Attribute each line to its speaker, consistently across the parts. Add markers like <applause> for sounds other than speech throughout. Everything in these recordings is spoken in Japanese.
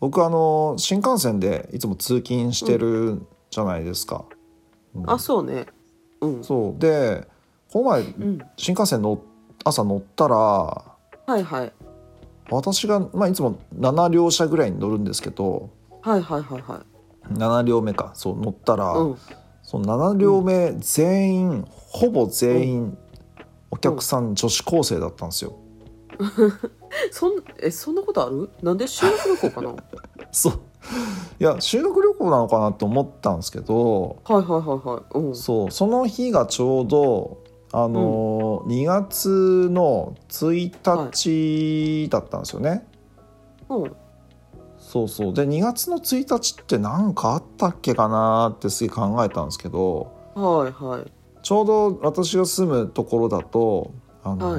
Speaker 1: 僕あの新幹線でいつも通勤してるじゃないですか、うん
Speaker 2: あそうねうん
Speaker 1: そうでこの前
Speaker 2: うん
Speaker 1: 新幹線の朝乗ったら
Speaker 2: はいはい
Speaker 1: 私が、まあ、いつも7両車ぐらいに乗るんですけど
Speaker 2: はいはいはいは
Speaker 1: 7両目かそう乗ったら、
Speaker 2: いうん
Speaker 1: その7両目全員、ほぼ全員お客さん女子高生だったんですよ。
Speaker 2: そんえそんなことあるなんで修学旅行
Speaker 1: <laughs>
Speaker 2: かなはい
Speaker 1: そういや修学旅行なのかなと思ったんですけど
Speaker 2: はいはいはいうん
Speaker 1: そうその日がちょうど、あのー2月の1日だったんですよね。
Speaker 2: うん
Speaker 1: そうそうで2月の1日って何かあったっけかなってすげえ考えたんですけど
Speaker 2: はいはい
Speaker 1: ちょうど私が住むところだとあの、
Speaker 2: は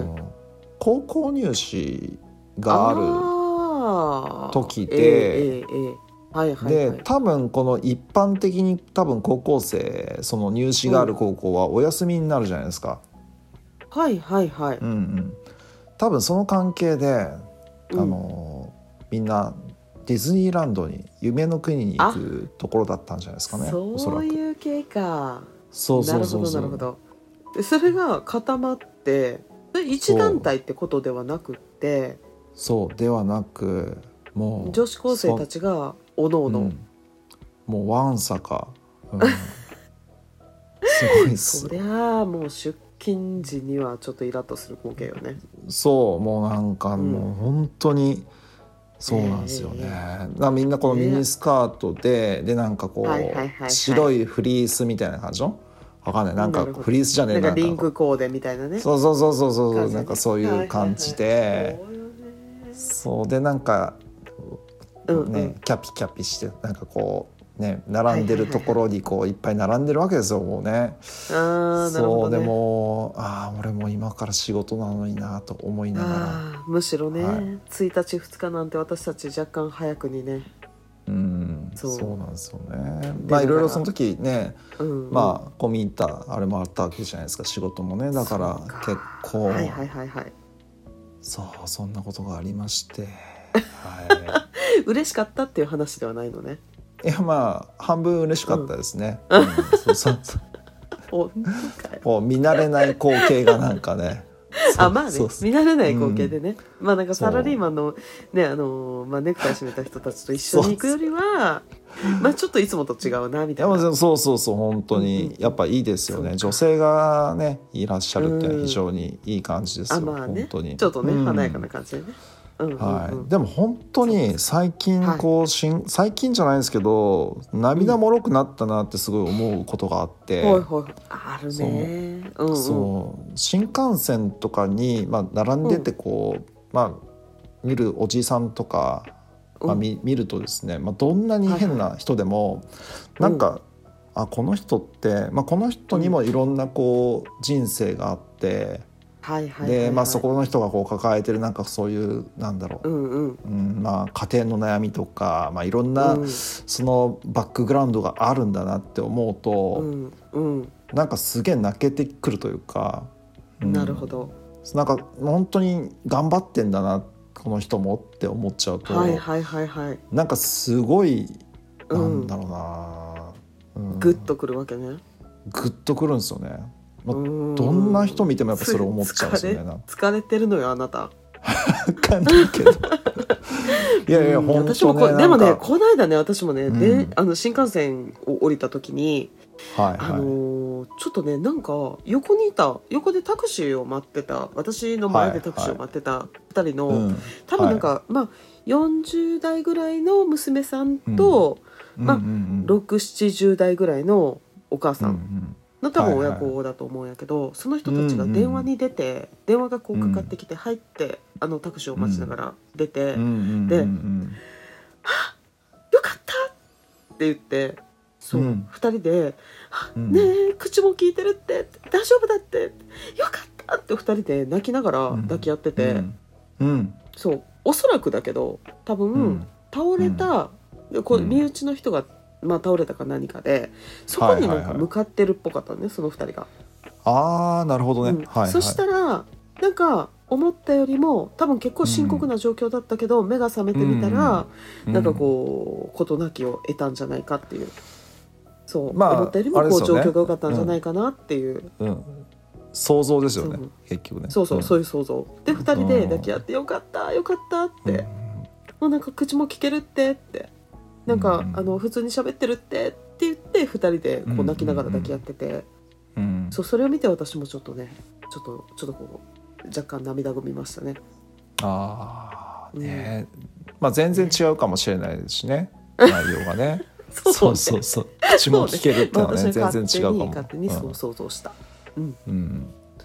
Speaker 1: 高校入試があ
Speaker 2: ああ
Speaker 1: 時で
Speaker 2: ええええええはい
Speaker 1: る
Speaker 2: はい
Speaker 1: で、
Speaker 2: はい
Speaker 1: 多分この一般的に多分高校生その入試がある高校はお休みになるじゃないですか。
Speaker 2: はいはいはい
Speaker 1: うんうん、多分その関係で、あのみんなディズニーランドに夢の国に行くところだったんじゃないですかねおそ
Speaker 2: そ
Speaker 1: ら
Speaker 2: う
Speaker 1: く。
Speaker 2: いう系か
Speaker 1: そうそうそうそ
Speaker 2: なる
Speaker 1: う
Speaker 2: ほどなるほどでそれが固まってそれ一団体ってことではなくって
Speaker 1: そうではなくもう
Speaker 2: 女子高生たちがおのお
Speaker 1: う
Speaker 2: の
Speaker 1: んもうわんさか、
Speaker 2: <laughs>
Speaker 1: うんすごいっす
Speaker 2: そりゃあもう出勤時にはちょっとイラッとする光景よね
Speaker 1: そうもうなんか
Speaker 2: うん
Speaker 1: もう本当に、そうなんですよね、なみんなこのミニスカートで、でなんかこう、
Speaker 2: はいはいはいはい
Speaker 1: 白いフリースみたいな感じのわかんないなんか
Speaker 2: なるほど
Speaker 1: フリースじゃね
Speaker 2: な
Speaker 1: え
Speaker 2: ん
Speaker 1: な
Speaker 2: か
Speaker 1: ん
Speaker 2: リン
Speaker 1: か
Speaker 2: クコーデみたいなね
Speaker 1: そうそうそうそうそう
Speaker 2: 感じね
Speaker 1: なんかそういう感じで、
Speaker 2: はいはいはいそうよね
Speaker 1: そうでなんか
Speaker 2: うんうん
Speaker 1: ね、キャピキャピしてなんかこうね並んでるところにこういっぱい並んでるわけですよもうね。
Speaker 2: あーなる
Speaker 1: そ
Speaker 2: ほ
Speaker 1: う
Speaker 2: ど
Speaker 1: で
Speaker 2: ね
Speaker 1: もああ俺も今から仕事なのになと思いながら
Speaker 2: あーむしろね、
Speaker 1: はい
Speaker 2: 1日2日なんて私たち若干早くにね、
Speaker 1: うん
Speaker 2: そ
Speaker 1: そううなんですよね。まあ
Speaker 2: だから
Speaker 1: いろいろその時ね、
Speaker 2: うんうん、
Speaker 1: まあ込み入ったあれもあったわけじゃないですか仕事もねだから
Speaker 2: そうか
Speaker 1: 結構、
Speaker 2: はいはいはいはい
Speaker 1: そうそんなことがありまして。は
Speaker 2: 嬉しかったっていう話ではないのね
Speaker 1: い、いやまあ半分嬉しかったですね。うんそうそうそう
Speaker 2: おなんか
Speaker 1: こう見慣れない光景がなんかねそう
Speaker 2: <laughs> あまあね
Speaker 1: そうそう
Speaker 2: 見慣れない光景でね、まあなんか
Speaker 1: そう
Speaker 2: サラリーマンのねあのーまあ、ネクタイ締めた人たちと一緒に行くよりはまあちょっといつもと違うなみ
Speaker 1: い
Speaker 2: たい
Speaker 1: や
Speaker 2: な
Speaker 1: まあそうそうそう本当
Speaker 2: うんうん
Speaker 1: にやっぱいいですよ
Speaker 2: そう
Speaker 1: ね、
Speaker 2: か
Speaker 1: 女性がねいらっしゃるっていうの
Speaker 2: うん
Speaker 1: は非常にいい感じですよ、
Speaker 2: あまあ
Speaker 1: 本
Speaker 2: ね
Speaker 1: 当に
Speaker 2: ちょっとね、
Speaker 1: うん
Speaker 2: 華やかな感じでね、うんうんうん
Speaker 1: はい、でも本当に最近
Speaker 2: はい
Speaker 1: こう、しん最近じゃないですけど涙もろくなったなってすごい思うことがあって、
Speaker 2: ほいほいあるねうんうん
Speaker 1: そう新幹線とかに、まあ、並んでてこう、まあ見るおじさんとかまあ、
Speaker 2: うん
Speaker 1: 見見るとですね、まあ、どんなに変な人でも、
Speaker 2: い
Speaker 1: なんか、あこの人って、まあ、この人にもいろんなこう人生があって、
Speaker 2: はいはいはいはい
Speaker 1: で、まあ、そこの人がこう抱えてるなんかそういうなんだろ
Speaker 2: う
Speaker 1: う、
Speaker 2: んうん
Speaker 1: うんまあ、家庭の悩みとか、まあ、いろんな、
Speaker 2: うん
Speaker 1: そのバックグラウンドがあるんだなって思う
Speaker 2: う
Speaker 1: と、
Speaker 2: んうん
Speaker 1: なんかすげえ泣けてくるというか、うん
Speaker 2: なるほど、
Speaker 1: なんか本当に頑張ってんだなこの人もって思っちゃうと。
Speaker 2: はいはいはいはい
Speaker 1: なんかすごい、
Speaker 2: う
Speaker 1: なんんだろうな、うん
Speaker 2: グッとくるわけね、
Speaker 1: グッとくるんですよね、まあ
Speaker 2: うん
Speaker 1: どんな人見てもやっぱそれ思っちゃうんですよねなん
Speaker 2: 疲れ疲れてるのよあなた
Speaker 1: かわかんない
Speaker 2: <laughs>
Speaker 1: けどいやいや
Speaker 2: うん
Speaker 1: 本
Speaker 2: 私も
Speaker 1: 当
Speaker 2: こ
Speaker 1: ね
Speaker 2: でも
Speaker 1: なんか
Speaker 2: ねこの間ね私もね、
Speaker 1: う
Speaker 2: で
Speaker 1: ん
Speaker 2: あの新幹線を降りた時に、
Speaker 1: はい
Speaker 2: あ
Speaker 1: は
Speaker 2: のーちょっとねなんか横にいた横でタクシーを待ってた私の前でタクシーを待ってた2人の、
Speaker 1: い、うん
Speaker 2: 多分なんか、まあ40代ぐらいの娘さんと、まあ
Speaker 1: うんうんうん
Speaker 2: 670代ぐらいのお母さ
Speaker 1: うんん
Speaker 2: の多分
Speaker 1: はい
Speaker 2: 親
Speaker 1: はい
Speaker 2: 子だと思うんやけど、その人たちが電話に出て、電話がこうかかってきて入ってあのタクシーを待ちながら出て「
Speaker 1: うんうんうん
Speaker 2: で
Speaker 1: うん
Speaker 2: よかった!」って言ってそう、
Speaker 1: うん
Speaker 2: 2人で「
Speaker 1: うん
Speaker 2: ねえ口も聞いてるって大丈夫だってよかった!」って2人で泣きながら抱き合ってて、
Speaker 1: うんうん
Speaker 2: そうおそらくだけど多分、
Speaker 1: うん
Speaker 2: 倒れた、こう
Speaker 1: うん
Speaker 2: 身内の人が、まあ、倒れたか何かでそこになん
Speaker 1: はいはい
Speaker 2: か
Speaker 1: はい
Speaker 2: 向かってるっぽかったのね、その2人が。
Speaker 1: ああなるほどね、
Speaker 2: うん
Speaker 1: はいはい
Speaker 2: そしたらなんか思ったよりも多分結構深刻な状況だったけど、目が覚めてみたら、なんかこう事なきを得たんじゃないかっていうそう、
Speaker 1: まあ
Speaker 2: 思ったよりも
Speaker 1: あれで
Speaker 2: こ
Speaker 1: す
Speaker 2: う
Speaker 1: よ
Speaker 2: 状
Speaker 1: ね
Speaker 2: 況が良かったんじゃないかなっていう、
Speaker 1: うん、想像ですよね
Speaker 2: そう
Speaker 1: 結局ね
Speaker 2: そうそう、
Speaker 1: ん
Speaker 2: そういう想像で2人
Speaker 1: う
Speaker 2: で
Speaker 1: ん
Speaker 2: 抱き合って「よかったよかった」って、
Speaker 1: うん
Speaker 2: もうなんか口も聞けるってってなんか、
Speaker 1: うん
Speaker 2: あの普通に喋ってるってって言って2人でこう泣きながら抱き合ってて、
Speaker 1: うん
Speaker 2: そうそれを見て私もちょっとねちょっとちょっとこう若干涙ぐみましたね
Speaker 1: あーねまあ全然違うかもしれないですし
Speaker 2: <laughs>
Speaker 1: ね内容がね
Speaker 2: そう
Speaker 1: そう
Speaker 2: ね
Speaker 1: そうそう口も聞けるってのはね
Speaker 2: そうまあ
Speaker 1: 全然違
Speaker 2: 私は勝
Speaker 1: う
Speaker 2: 手に
Speaker 1: かも
Speaker 2: 勝手にそううん想像した、
Speaker 1: うん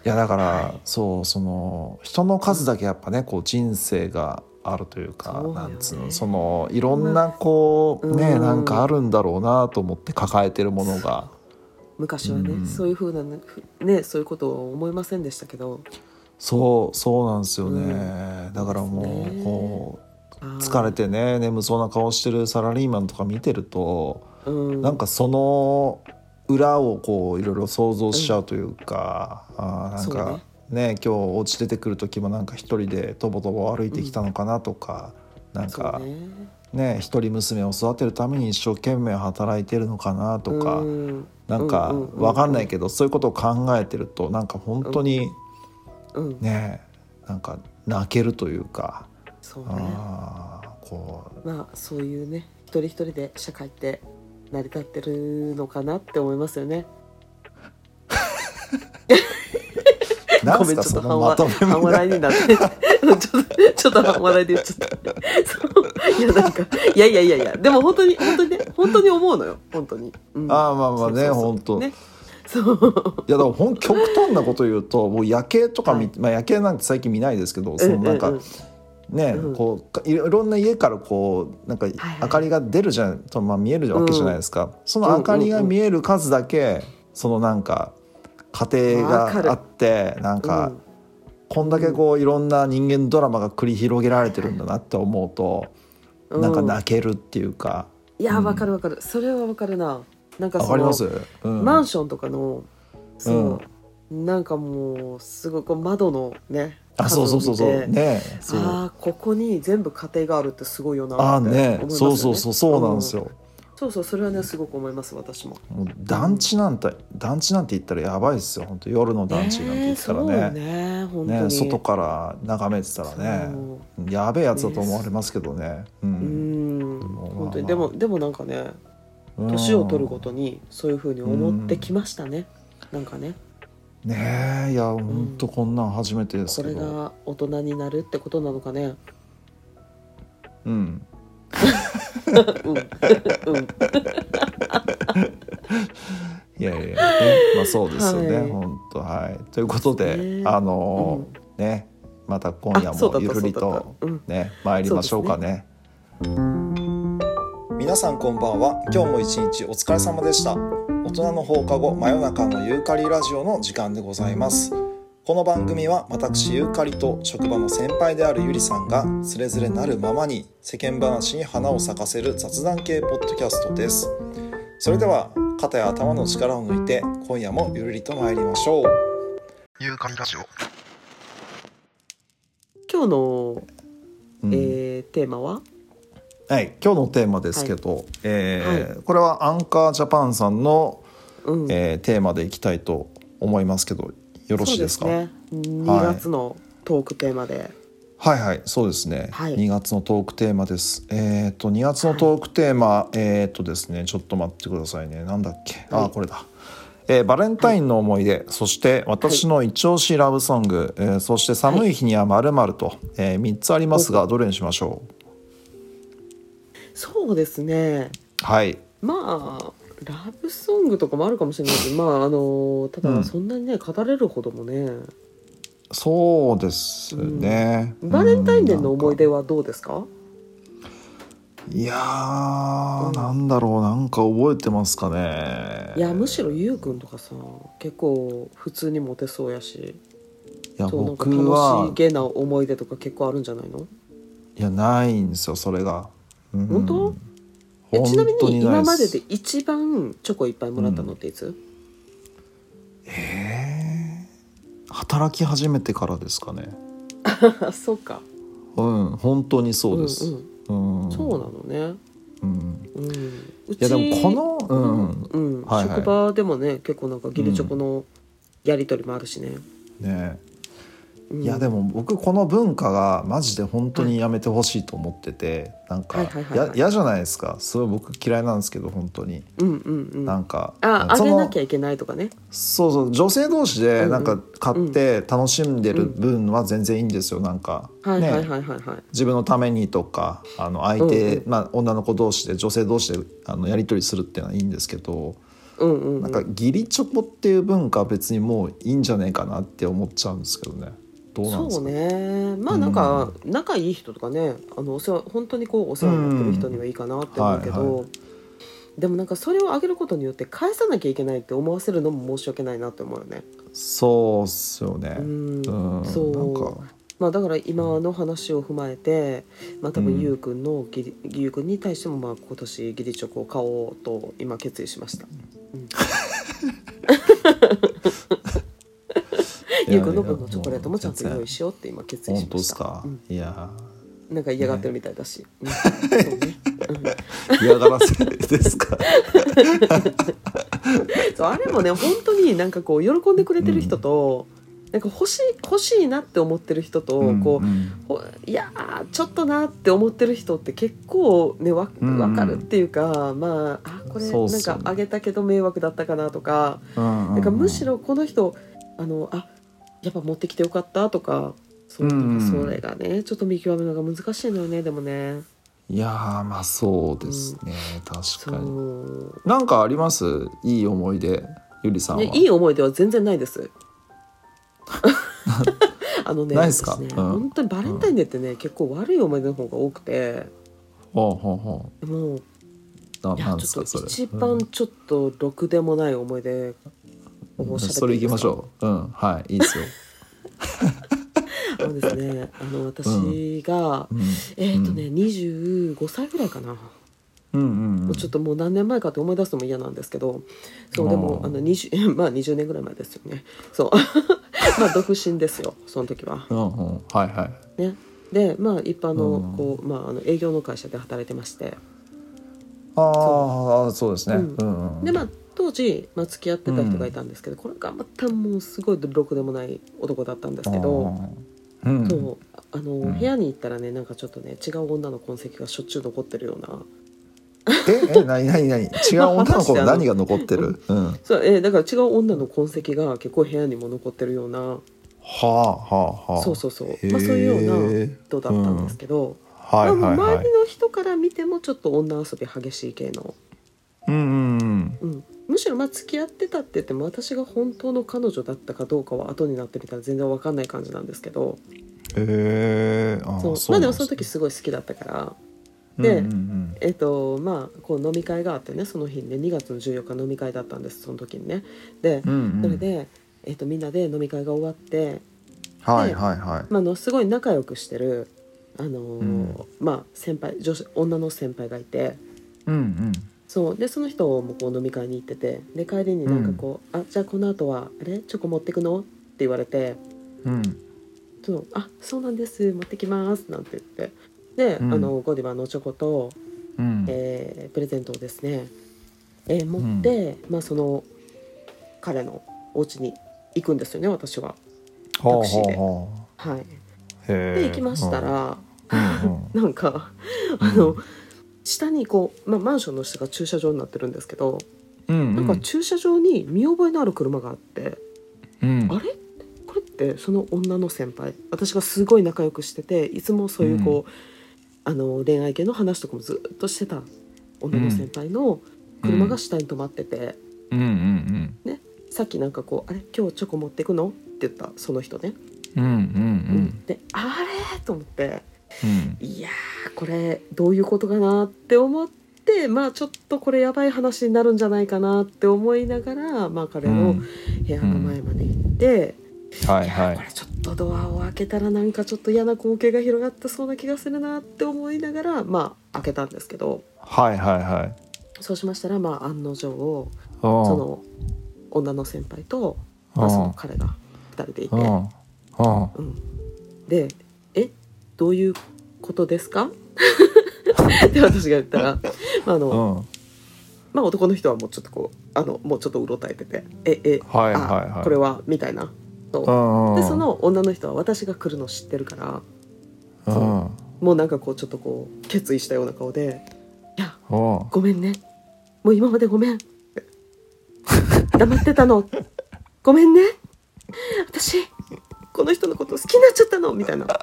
Speaker 1: いやだから、
Speaker 2: は
Speaker 1: そうその人の数だけやっぱねこう人生があるというか
Speaker 2: そうよね
Speaker 1: なんつうのそのいろんなこう、
Speaker 2: うん
Speaker 1: ねなんかあるんだろうなと思って抱えてるものが
Speaker 2: 昔はね、
Speaker 1: うん
Speaker 2: そういうふうなねふねそういうことを思いませんでしたけど
Speaker 1: そうそうなんですよね、だからも
Speaker 2: そう
Speaker 1: う
Speaker 2: ね
Speaker 1: こ
Speaker 2: あ
Speaker 1: う
Speaker 2: ー
Speaker 1: 疲れてね眠そうな顔してるサラリーマンとか見てると、
Speaker 2: うん
Speaker 1: なんかその裏をこういろいろ想像しちゃうというか、あーなん
Speaker 2: そう
Speaker 1: かね今日お家出てくる時もなんか一人でとぼとぼ歩いてきたのかなとか、なんか
Speaker 2: そうね
Speaker 1: ね一人娘を育てるために一生懸命働いてるのかなとか、
Speaker 2: うん
Speaker 1: なんか
Speaker 2: うんうんうんうん
Speaker 1: わかんないけど、そういうことを考えてるとなんか本当に
Speaker 2: うん
Speaker 1: ね、なんか泣けるというか、
Speaker 2: そうね
Speaker 1: あーこう
Speaker 2: まあそういうね一人一人で社会って成り立ってるのかなって思いますよね。
Speaker 1: なんす
Speaker 2: <laughs> ごめん
Speaker 1: か
Speaker 2: ちょっ
Speaker 1: そ
Speaker 2: と
Speaker 1: の
Speaker 2: 半
Speaker 1: ま
Speaker 2: 笑
Speaker 1: と
Speaker 2: い
Speaker 1: めみた
Speaker 2: 半笑
Speaker 1: い
Speaker 2: い
Speaker 1: な
Speaker 2: になって <laughs> ちょっとちょっと半笑いで言っちゃった。そういやなんかいやいやいやいやでも本当に本当にね本当に思うのよ本当に。うん
Speaker 1: あーまあまあ
Speaker 2: そう
Speaker 1: ね
Speaker 2: そうそう
Speaker 1: 本当。
Speaker 2: ねそう。
Speaker 1: いやだからほん極端なこと言うともう夜景とか見、
Speaker 2: は
Speaker 1: まあ、夜景なんて最近見ないですけどそのなんか、
Speaker 2: うう
Speaker 1: ね、
Speaker 2: うん
Speaker 1: こういろいろんな家からこうなんか
Speaker 2: はい
Speaker 1: 明かりが出るじゃん、とまあ、見えるわけじゃないですか、その明かりが見える数だけ、そのなんか家庭
Speaker 2: わかる
Speaker 1: があってなんか、
Speaker 2: うん
Speaker 1: こんだけこういろんな人間ドラマが繰り広げられてるんだなって思うと、
Speaker 2: うん
Speaker 1: なんか泣けるっていうか
Speaker 2: いやわかるわかるそれはわかるな。なんか
Speaker 1: わ
Speaker 2: そ
Speaker 1: かり
Speaker 2: の
Speaker 1: ます、うん、
Speaker 2: マンションとかのそう、なんかもうすごいこう窓のね
Speaker 1: あそうそうそうそ
Speaker 2: 数を見
Speaker 1: う
Speaker 2: て
Speaker 1: ねそう
Speaker 2: ああここに全部家庭があるってすごいよな
Speaker 1: ああ
Speaker 2: って思い
Speaker 1: ね
Speaker 2: ますよ
Speaker 1: そう
Speaker 2: ね
Speaker 1: そうそうそうなんです、よ、
Speaker 2: うんそうそうそれはねすごく思います私も
Speaker 1: もう団地なんて、団地なんて言ったらやばいですよ本当夜の団地なんて言ったらね,、
Speaker 2: えーそうね本当
Speaker 1: ね
Speaker 2: に
Speaker 1: 外から眺めてたらね
Speaker 2: そう
Speaker 1: やべえやつだと思われますけどねう
Speaker 2: うんん
Speaker 1: もう
Speaker 2: 本当に
Speaker 1: ま
Speaker 2: で
Speaker 1: あまあ
Speaker 2: もでもなんかね
Speaker 1: うん
Speaker 2: 年を取るごとにそういうふうに思ってきましたね、なんかね
Speaker 1: ねえいや本当こんなん初めてです
Speaker 2: こ
Speaker 1: け
Speaker 2: れ
Speaker 1: ど、うん
Speaker 2: が大人になるってことなのかね
Speaker 1: <laughs>
Speaker 2: うんうん
Speaker 1: いやいやいや、ね、まあそうですよね、
Speaker 2: はい
Speaker 1: 本当はいということで、
Speaker 2: ね
Speaker 1: あのーねまた今夜
Speaker 2: あそうだ
Speaker 1: も
Speaker 2: った
Speaker 1: ゆるり
Speaker 2: そうだった
Speaker 1: と
Speaker 2: うん
Speaker 1: ね参りましょうかね皆さんこんばんは今日も一日お疲れ様でした大人の放課後真夜中のユーカリラジオの時間でございますこの番組は私ユーカリと職場の先輩であるゆりさんがつれづれなるままに世間話に花を咲かせる雑談系ポッドキャストですそれでは肩や頭の力を抜いて今夜もゆるりと参りましょう
Speaker 3: ユーカリラジオ。
Speaker 2: 今日の、
Speaker 1: うん
Speaker 2: えーテーマは
Speaker 1: はい、今日のテーマですけど、えーこれはアンカージャパンさんの、
Speaker 2: うん
Speaker 1: えーテーマでいきたいと思いますけどよろしいですか
Speaker 2: そうですね。2
Speaker 1: はい
Speaker 2: 月のトークテーマで、
Speaker 1: はいはいそうですね、
Speaker 2: はい
Speaker 1: 2月のトークテーマですえっ、と2月のトークテーマ、えっ、とですねちょっと待ってくださいねなんだっけ、あ
Speaker 2: は
Speaker 1: あ
Speaker 2: い
Speaker 1: これだ、えーバレンタインの思い出、そして私の一押しラブソング、えーそして寒い日にはまるまると、え3つありますがどれにしましょう
Speaker 2: そうですね。
Speaker 1: はい
Speaker 2: まあラブソングとかもあるかもしれないけど、まああのた
Speaker 1: う
Speaker 2: だ
Speaker 1: ん
Speaker 2: そんなにね、語れるほどもね。
Speaker 1: そうですね、
Speaker 2: バレンタインデーの
Speaker 1: うんなんか
Speaker 2: 思い出はどうですか？
Speaker 1: いや
Speaker 2: う
Speaker 1: ー
Speaker 2: ん
Speaker 1: なんだろうなんか覚えてますかね
Speaker 2: いやむしろゆうくんとかさ、結構普通にモテそうやし、
Speaker 1: いや
Speaker 2: そうなんか
Speaker 1: 僕
Speaker 2: 楽
Speaker 1: は
Speaker 2: しげな思い出とか結構あるんじゃないの？
Speaker 1: いやないんですよそれが、うん
Speaker 2: 本当え
Speaker 1: 本
Speaker 2: ちなみ
Speaker 1: 当
Speaker 2: に
Speaker 1: い
Speaker 2: 今
Speaker 1: っす
Speaker 2: までで一番チョコいっぱいもらったのっていつ？
Speaker 1: えー働き始めてからですかね
Speaker 2: あそうか
Speaker 1: うん本当にそうです、
Speaker 2: ん
Speaker 1: うん
Speaker 2: うん、そうなのね、
Speaker 1: うん
Speaker 2: うん、うち
Speaker 1: いやでもこのうん、
Speaker 2: うん
Speaker 1: はいはい
Speaker 2: 職場でもね結構なんかギリチョコのやり取りもあるしね、
Speaker 1: ね
Speaker 2: うん
Speaker 1: いやでも僕この文化がマジで本当にやめてほしいと思っててなんか
Speaker 2: はいはいはいはい
Speaker 1: や嫌じゃないですかすごい僕嫌いなんですけど本当に
Speaker 2: うんうんうん
Speaker 1: な
Speaker 2: あ
Speaker 1: んか
Speaker 2: あ
Speaker 1: そ
Speaker 2: げ
Speaker 1: の
Speaker 2: なきゃいけないとかね
Speaker 1: そうそう女性同士でなん
Speaker 2: う
Speaker 1: か
Speaker 2: ん
Speaker 1: 買って楽しんでる分は全然いいんですよなんか
Speaker 2: はいはいはい
Speaker 1: ね
Speaker 2: はいはい、
Speaker 1: 自分のためにとかあの相手
Speaker 2: う
Speaker 1: まあ女の子同士で女性同士であのやり取りするっていうのはいいんですけど
Speaker 2: うんうん、うん、
Speaker 1: なんか義理チョコっていう文化は別にもういいんじゃないかなって思っちゃうんですけどねどうなんです
Speaker 2: そ
Speaker 1: か
Speaker 2: う
Speaker 1: ね
Speaker 2: ねまあなんか仲いい人とかねあのお世話本当にこうお世話になってる人にはいいかなって思うけど、
Speaker 1: うんはいは
Speaker 2: でもなんかそれをあげることによって返さなきゃいけないって思わせるのも申し訳ないなって思うよね。
Speaker 1: そうっすよね。
Speaker 2: うん
Speaker 1: うん
Speaker 2: そう
Speaker 1: なんか
Speaker 2: まあ、だから今の話を踏まえて、まあ、多
Speaker 1: うん
Speaker 2: 分ゆうくんのギリゆうくんに対してもまあ今年義理チョコを買おうと今決意しました、うん、ゆうくんの分のチョコレートもちゃんと用意しようって今決意
Speaker 1: 本
Speaker 2: し
Speaker 1: 当
Speaker 2: ま
Speaker 1: で
Speaker 2: し
Speaker 1: す
Speaker 2: た <laughs>
Speaker 1: か。
Speaker 2: うん
Speaker 1: いや
Speaker 2: なんか嫌がってるみたいだし、うんそうね
Speaker 1: ー嫌がらせですか。
Speaker 2: そうあれもね本当になんかこう喜んでくれてる人と、なんか欲しい欲しいなって思ってる人と、こ
Speaker 1: ん
Speaker 2: う
Speaker 1: うん
Speaker 2: ほいやーちょっとなって思ってる人って結構ねわ
Speaker 1: うん
Speaker 2: 分かるっていうか、まああこれ
Speaker 1: そうっ
Speaker 2: なん
Speaker 1: すよ
Speaker 2: か
Speaker 1: ね
Speaker 2: あげたけど迷惑だったかなとか、
Speaker 1: うんうん
Speaker 2: なんかむしろこの人あのあやっぱ持ってきてよかったとか。そう
Speaker 1: うん
Speaker 2: なんかそれがねちょっと見極めるのが難しいのよねでもね
Speaker 1: いやーまあそうですね、確
Speaker 2: そ
Speaker 1: かに。
Speaker 2: う
Speaker 1: なんかありますいい思い出ゆりさんは。
Speaker 2: ねいい思い出は全然な
Speaker 1: <laughs>
Speaker 2: いです。あのね、
Speaker 1: ないですか
Speaker 2: 私ね
Speaker 1: うん
Speaker 2: 本当にバレンタインデーってね、結構悪い思い出の方が多くて、
Speaker 1: ほうほうほ
Speaker 2: もう
Speaker 1: う。ないな
Speaker 2: や
Speaker 1: んです
Speaker 2: ちょ
Speaker 1: か
Speaker 2: っ
Speaker 1: そ
Speaker 2: と
Speaker 1: れ。
Speaker 2: 一番ちょっとろくでもない思い出を
Speaker 1: うん
Speaker 2: 喋っていいですか
Speaker 1: それ行きましょう。うんはいいいですよ。
Speaker 2: あのですね、あの私が、
Speaker 1: うん
Speaker 2: えっ、とね、25歳ぐらいかな。
Speaker 1: うんうんう
Speaker 2: も
Speaker 1: ん
Speaker 2: うちょっともう何年前かって思い出すのも嫌なんですけどそうでも
Speaker 1: あー
Speaker 2: あの 20, <laughs> まあ20年ぐらい前ですよねそう <laughs> まあ独身ですよその時は。
Speaker 1: うんうんはいはい。
Speaker 2: ね、でまあ一般
Speaker 1: うん
Speaker 2: のこう、まあ、あの営業の会社で働いてまして
Speaker 1: ああそうですね。
Speaker 2: うん
Speaker 1: うんうん
Speaker 2: でまあ当時、まあ、付き合ってた人がいたんですけど、これがまたもうすごいろくでもない男だったんですけど、
Speaker 1: あーうん、
Speaker 2: そうあの、
Speaker 1: ん
Speaker 2: 部屋に行ったらねなんかちょっとね違う女の痕跡がしょっちゅう残ってるような
Speaker 1: ええ何何何違う女の子
Speaker 2: <laughs>
Speaker 1: の何が残ってる、うん、は
Speaker 2: そう、えーだから違う女の痕跡が結構部屋にも残ってるような
Speaker 1: あはあはあ
Speaker 2: そうそうそう、
Speaker 1: へー
Speaker 2: まあ、そういうような人だったんですけど、
Speaker 1: はい
Speaker 2: ま
Speaker 1: は
Speaker 2: あ
Speaker 1: い
Speaker 2: もう
Speaker 1: は
Speaker 2: 周
Speaker 1: い
Speaker 2: りの人から見てもちょっと女遊び激しい系の。
Speaker 1: うんうんうん
Speaker 2: うん、むしろまあ付き合ってたって言っても私が本当の彼女だったかどうかは後になってみたら全然わかんない感じなんですけど
Speaker 1: へえあ
Speaker 2: そう
Speaker 1: ーう
Speaker 2: ま
Speaker 1: な
Speaker 2: あで
Speaker 1: ん
Speaker 2: も
Speaker 1: す
Speaker 2: その時すごい好きだったから、
Speaker 1: うん
Speaker 2: で
Speaker 1: うん
Speaker 2: えっとまあ、こう飲み会があってねその日にね2月の14日飲み会だったんですその時にねで
Speaker 1: うんうん
Speaker 2: それで、えっと、みんなで飲み会が終わって、
Speaker 1: はいはいはい
Speaker 2: まあ、あのすごい仲良くしてる、あのー
Speaker 1: うん
Speaker 2: まあ、先輩女子女の先輩がいて。
Speaker 1: うんうん
Speaker 2: そうでその人もこう飲み会に行っててで帰りになんかこう「あじゃあこの後はあれチョコ持ってくの?」って言われて
Speaker 1: うん
Speaker 2: そう「あそうなんです持ってきます」なんて言ってで、
Speaker 1: うん
Speaker 2: あのゴディバのチョコと、
Speaker 1: うん
Speaker 2: えープレゼントをですね、えー持って、まあ、その彼のお家に行くんですよね私は。
Speaker 1: ほう
Speaker 2: タクシーで
Speaker 1: ほ
Speaker 2: はい、
Speaker 1: うほうへー
Speaker 2: で行きましたら、
Speaker 1: うんうん
Speaker 2: なんかあの下にこう、まあ、マンションの下が駐車場になってるんですけど、
Speaker 1: うん
Speaker 2: なんか駐車場に見覚えのある車があって。
Speaker 1: うん
Speaker 2: あれこれってその女の先輩私がすごい仲良くしてていつもそういうこう、あの恋愛系の話とかもずっとしてた女の先輩の車が下に止まってて、
Speaker 1: うんうん
Speaker 2: さっきなんかこう「あれ今日チョコ持ってくの?」って言ったその人ね。
Speaker 1: うんうんうん
Speaker 2: で「あれ?」と思って
Speaker 1: うん
Speaker 2: 「いやーこれどういうことかな?」って思ってまあちょっとこれやばい話になるんじゃないかなって思いながら、まあ、彼
Speaker 1: うん
Speaker 2: の部屋の前まで行って。
Speaker 1: はい
Speaker 2: いや
Speaker 1: は
Speaker 2: こ
Speaker 1: い
Speaker 2: れちょっとドアを開けたらなんかちょっと嫌な光景が広がってそうな気がするなって思いながらまあ開けたんですけど
Speaker 1: はいはいはい
Speaker 2: そうしましたらまあ案の定を
Speaker 1: そ
Speaker 2: その女の先輩と、まあ、その彼が2人でいて、
Speaker 1: うんうん
Speaker 2: うん、で「えどういうことですか? 」 <laughs> で私が言ったら、まああの
Speaker 1: うんはい
Speaker 2: まあ、男の人はもうちょっとこうあのもうちょっとうろたえてて「ええ
Speaker 1: はい
Speaker 2: あ
Speaker 1: はい
Speaker 2: これは」みたいな。
Speaker 1: う
Speaker 2: そ
Speaker 1: ん
Speaker 2: う
Speaker 1: うん
Speaker 2: でその女の人は私が来るの知ってるから
Speaker 1: うん
Speaker 2: もうなんかこうちょっとこう決意したような顔で「いや
Speaker 1: うん
Speaker 2: ごめんねもう今までごめん」黙ってたのごめんね私この人のこと好きになっちゃったのみたいな。 <laughs>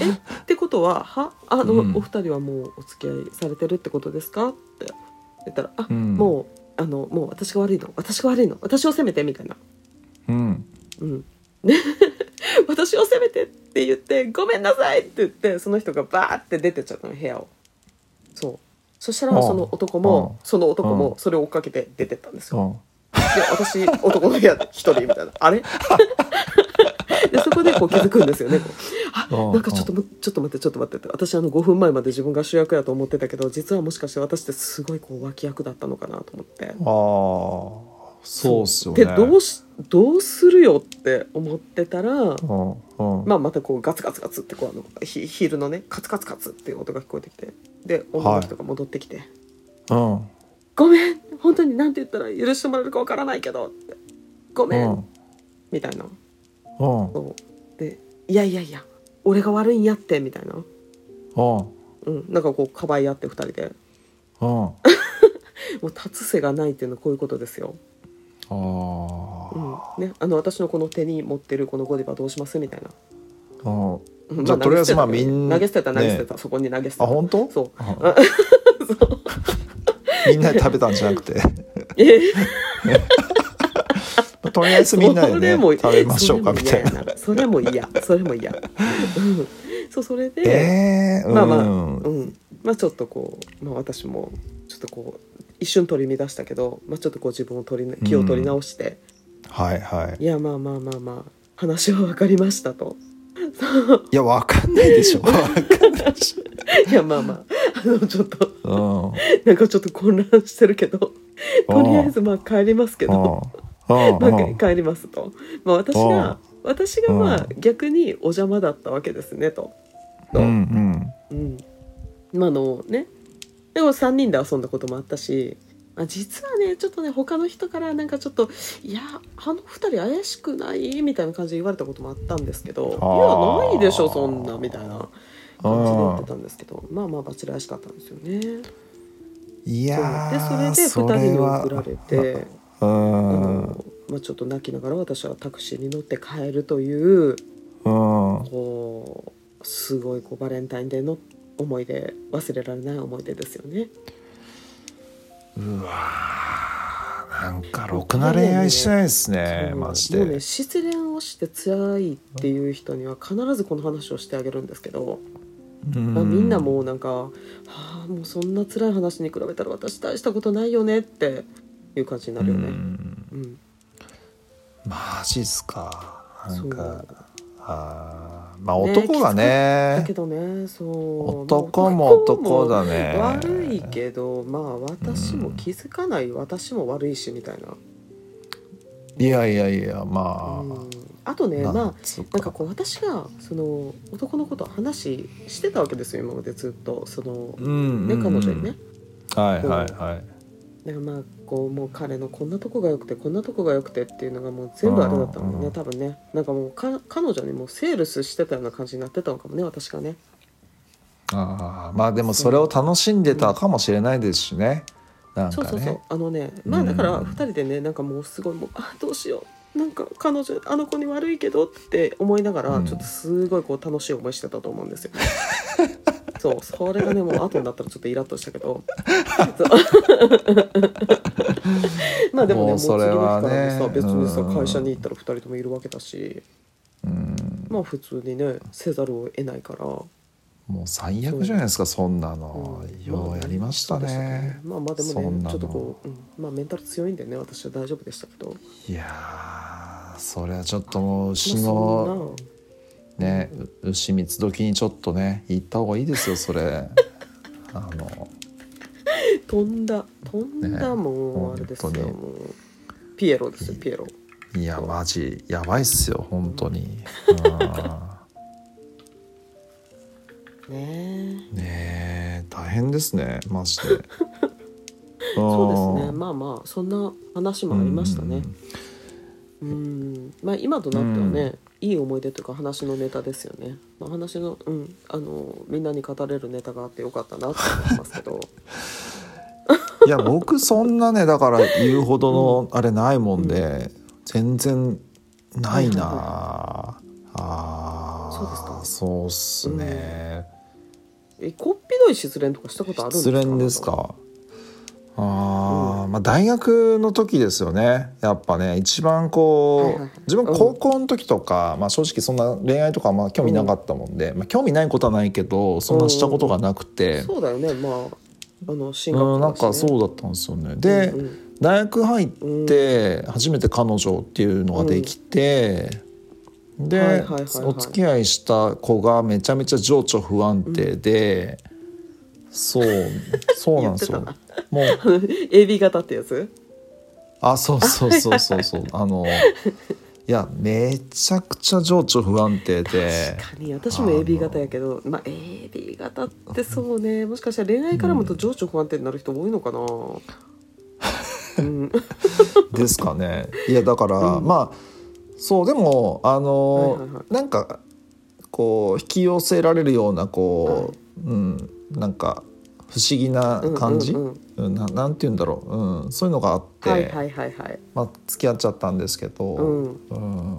Speaker 2: えってことは「はあの、
Speaker 1: うん
Speaker 2: お二人はもうお付き合いされてるってことですか?」って言ったら「あ、
Speaker 1: うん
Speaker 2: もうあのもう私が悪いの私が悪いの私を責めて」みたいな
Speaker 1: うん
Speaker 2: うん、 <laughs> で私を責めてって言って「ごめんなさい」って言ってその人がバーって出てっちゃったの部屋をそうそした
Speaker 1: あ
Speaker 2: ら
Speaker 1: あ
Speaker 2: その男もその男
Speaker 1: う
Speaker 2: もそれを追っかけて出てったんです
Speaker 1: う
Speaker 2: よ
Speaker 1: ん
Speaker 2: で私男の部屋一人みたいなあれ <laughs> でそこでこう気づくんですよねこう
Speaker 1: あ
Speaker 2: あなんかちょっとむちょっと待ってちょっと待ってって私あの5分前まで自分が主役やと思ってたけど実はもしかして私ってすごいこう脇役だったのかなと思って
Speaker 1: ああそうっすよね
Speaker 2: でどうしどうするよって思ってたら
Speaker 1: うんうん
Speaker 2: まあ、またこうガツガツガツってこうあのヒヒールのねカツカツカツっていう音が聞こえてきてで女の人が戻ってきて「
Speaker 1: うん
Speaker 2: ごめん本当に何て言ったら許してもらえるかわからないけど」って「ご
Speaker 1: う
Speaker 2: めん」
Speaker 1: ん
Speaker 2: みたいな
Speaker 1: うん
Speaker 2: そうで「いやいやいや俺が悪いんやって」みたいな、
Speaker 1: うん
Speaker 2: うん、なんかこうかばい合って2人で
Speaker 1: うんあ
Speaker 2: もう立つ瀬がないっていうのはこういうことですよ、う
Speaker 1: あ
Speaker 2: んね、あの私のこの手に持ってるこのゴディバどうしますみたいな。
Speaker 1: うんあ
Speaker 2: うん
Speaker 1: じゃあ
Speaker 2: ま
Speaker 1: とりあえずまあ
Speaker 2: 投げ捨てたけ
Speaker 1: みんな
Speaker 2: ど投げ捨てた投げ捨てた、
Speaker 1: ね
Speaker 2: そこに投げ捨てた
Speaker 1: 本当
Speaker 2: そう
Speaker 1: あ
Speaker 2: あそう
Speaker 1: みんなで食べたんじゃなくて
Speaker 2: えー
Speaker 1: とりあえずみんなで
Speaker 2: そ
Speaker 1: ね
Speaker 2: れも
Speaker 1: 食べましょうかみたいな
Speaker 2: それも嫌やなそれも嫌それも嫌うんそうそれで、
Speaker 1: ええ
Speaker 2: まあまあ
Speaker 1: うん
Speaker 2: うんまあちょっとこう、まあ、私もちょっとこう一瞬取り乱したけど、まあ、ちょっとこう自分を取り気を取り直して、
Speaker 1: はいはい
Speaker 2: いやまあまあまあまあ話は分かりましたと <laughs>
Speaker 1: いやわかんないでしょわかんないでし
Speaker 2: いやまあまああのちょっと
Speaker 1: ょ
Speaker 2: なんかちょっと混乱してるけどとりあえずまあ帰りますけ
Speaker 1: うん
Speaker 2: ど
Speaker 1: うん
Speaker 2: まあ
Speaker 1: うん
Speaker 2: 帰りますと、まあ、私
Speaker 1: うん
Speaker 2: が私がまあ
Speaker 1: う
Speaker 2: 逆にお邪魔だったわけですねと。
Speaker 1: うんうん
Speaker 2: うん、まああのねでも3人で遊んだこともあったし、あ、実はねちょっとね他の人からなんかちょっと「いやあの2人怪しくない?」みたいな感じで言われたこともあったんですけど「
Speaker 1: あー
Speaker 2: いやないでしょそんな」みたいな感じで言ってたんですけどまあまあバチらしかったんですよね。
Speaker 1: いやー
Speaker 2: でそれで2人に送られ
Speaker 1: それは
Speaker 2: て
Speaker 1: う
Speaker 2: あ
Speaker 1: ん
Speaker 2: の、まあ、ちょっと泣きながら私はタクシーに乗って帰るという
Speaker 1: うん
Speaker 2: こうすごいこうバレンタインデーの思い出忘れられない思い出ですよね。
Speaker 1: うわーなんかろくな恋愛しないですね
Speaker 2: そう
Speaker 1: マジ
Speaker 2: もうね
Speaker 1: で
Speaker 2: 失恋をして辛いっていう人には必ずこの話をしてあげるんですけど、まあ、みんなもうなんか「はあもうそんな辛い話に比べたら私大したことないよね」っていう感じにな
Speaker 1: う
Speaker 2: るよね。
Speaker 1: ん
Speaker 2: うん
Speaker 1: マジっすかなん
Speaker 2: そう
Speaker 1: かあーまあ
Speaker 2: ね
Speaker 1: 男が
Speaker 2: だ
Speaker 1: ね
Speaker 2: けどねそう
Speaker 1: 男も男だね
Speaker 2: まあ男も悪いけどまあ私も気づかない、私も悪いしみたいな、
Speaker 1: いやいやいやま
Speaker 2: うんあとね
Speaker 1: あ
Speaker 2: まあ
Speaker 1: つうか
Speaker 2: なんかこう私がその男のこと話してたわけですよ今までずっとその、
Speaker 1: うん
Speaker 2: ね
Speaker 1: うん
Speaker 2: 彼
Speaker 1: うん
Speaker 2: 女にね
Speaker 1: はいはいはい
Speaker 2: だからまあこうもう彼のこんなとこが良くてこんなとこが良くてっていうのがもう全部あれだったの
Speaker 1: うんう
Speaker 2: ね
Speaker 1: ん
Speaker 2: 多分ねなんかもうか彼女にもうセールスしてたような感じになってたのかもね私がね
Speaker 1: あーまあでもそれを楽しんでたかもしれないですしねなん
Speaker 2: そう
Speaker 1: か
Speaker 2: そうそう
Speaker 1: ね
Speaker 2: あのねまあ
Speaker 1: うん
Speaker 2: だから2人でねなんかもうすごいもうあどうしようなんか彼女あの子に悪いけどって思いながら、
Speaker 1: うん
Speaker 2: ちょっとすごいこう楽しい思いしてたと思うんで
Speaker 1: <laughs>
Speaker 2: すよそうそれがねもう後になったらちょっとイラッとした
Speaker 1: <laughs>
Speaker 2: けどそうまあでもね
Speaker 1: も
Speaker 2: もう
Speaker 1: う
Speaker 2: 次
Speaker 1: そ
Speaker 2: の
Speaker 1: れ
Speaker 2: 日
Speaker 1: は
Speaker 2: か
Speaker 1: ね
Speaker 2: らもさ別にさ
Speaker 1: うん
Speaker 2: 会社に行ったら2人ともいるわけだし
Speaker 1: うん
Speaker 2: まあ普通にねせざるを得ないから
Speaker 1: もう最悪じゃないですかそんなの
Speaker 2: うん
Speaker 1: よ
Speaker 2: まあ
Speaker 1: うやりました
Speaker 2: そうで
Speaker 1: ね
Speaker 2: まあまあで
Speaker 1: そ
Speaker 2: も
Speaker 1: んな
Speaker 2: ね
Speaker 1: の
Speaker 2: ちょっとこう、うんまあメンタル強いんでね私は大丈夫でしたけど
Speaker 1: いやーそれはちょっともう牛の
Speaker 2: まあそんな
Speaker 1: ねう牛三つ時にちょっとね行った方がいいですよそれ <laughs> あの
Speaker 2: 飛んだ飛んだ、
Speaker 1: ね
Speaker 2: もうあれですよ、
Speaker 1: 本当に
Speaker 2: もうピエロですよピエロ
Speaker 1: いやマジやばいっすよ本当に、
Speaker 2: ね
Speaker 1: うんねえ大変ですねマ
Speaker 2: <laughs>
Speaker 1: ジで
Speaker 2: そうですね
Speaker 1: あー
Speaker 2: まあまあそんな話もありましたねうんまあ今となってはね、いい思い出というか話のネタですよね、まあ、話のうんあのみんなに語れるネタがあってよかったなと思いますけ
Speaker 1: <laughs>
Speaker 2: ど
Speaker 1: いや僕そんなねだから言うほどのあれないもんで、全然ないな、
Speaker 2: はいはい
Speaker 1: あー
Speaker 2: そうですか
Speaker 1: そうっすね、
Speaker 2: えこっぴどい失恋とかしたことあるんです
Speaker 1: 失
Speaker 2: か
Speaker 1: 恋ですかあー、まあ大学の時ですよねやっぱね一番こう、
Speaker 2: はいはいはい
Speaker 1: 自分
Speaker 2: うん
Speaker 1: 高校の時とか、まあ、正直そんな恋愛とかあんま興味なかったもんで、まあ、興味ないことはないけどそんなしたことがなくて、
Speaker 2: そうだよねまああの進学
Speaker 1: うん、なん
Speaker 2: とか
Speaker 1: か
Speaker 2: してね、
Speaker 1: そうだったんですよね。で、
Speaker 2: うんうん
Speaker 1: 大学入って初めて彼女っていうのができて、で、
Speaker 2: はいはいはいはい
Speaker 1: お付き合いした子がめちゃめちゃ情緒不安定で、そうそうなんですよ
Speaker 2: 言って
Speaker 1: もう
Speaker 2: <laughs> AB 型ってやつ
Speaker 1: あそうそうそうそうそうあのいやめちゃくちゃ情緒不安定で
Speaker 2: 確かに私も AB 型やけどまあ AB 型ってそうねもしかしたら恋愛からもと情緒不安定になる人多いのかなうん、
Speaker 1: ですかねいやだから、
Speaker 2: うん
Speaker 1: まあそうでもあの、
Speaker 2: はいはいはい
Speaker 1: なんかこう引き寄せられるようなこう、うんなんか不思議な <laughs> 感じ、
Speaker 2: う
Speaker 1: うんん
Speaker 2: うんうん
Speaker 1: ななんて言うんだろう、うん、そういうのがあって、
Speaker 2: はいはいはいはい
Speaker 1: まあ、付き合っちゃったんですけど、
Speaker 2: うん
Speaker 1: うん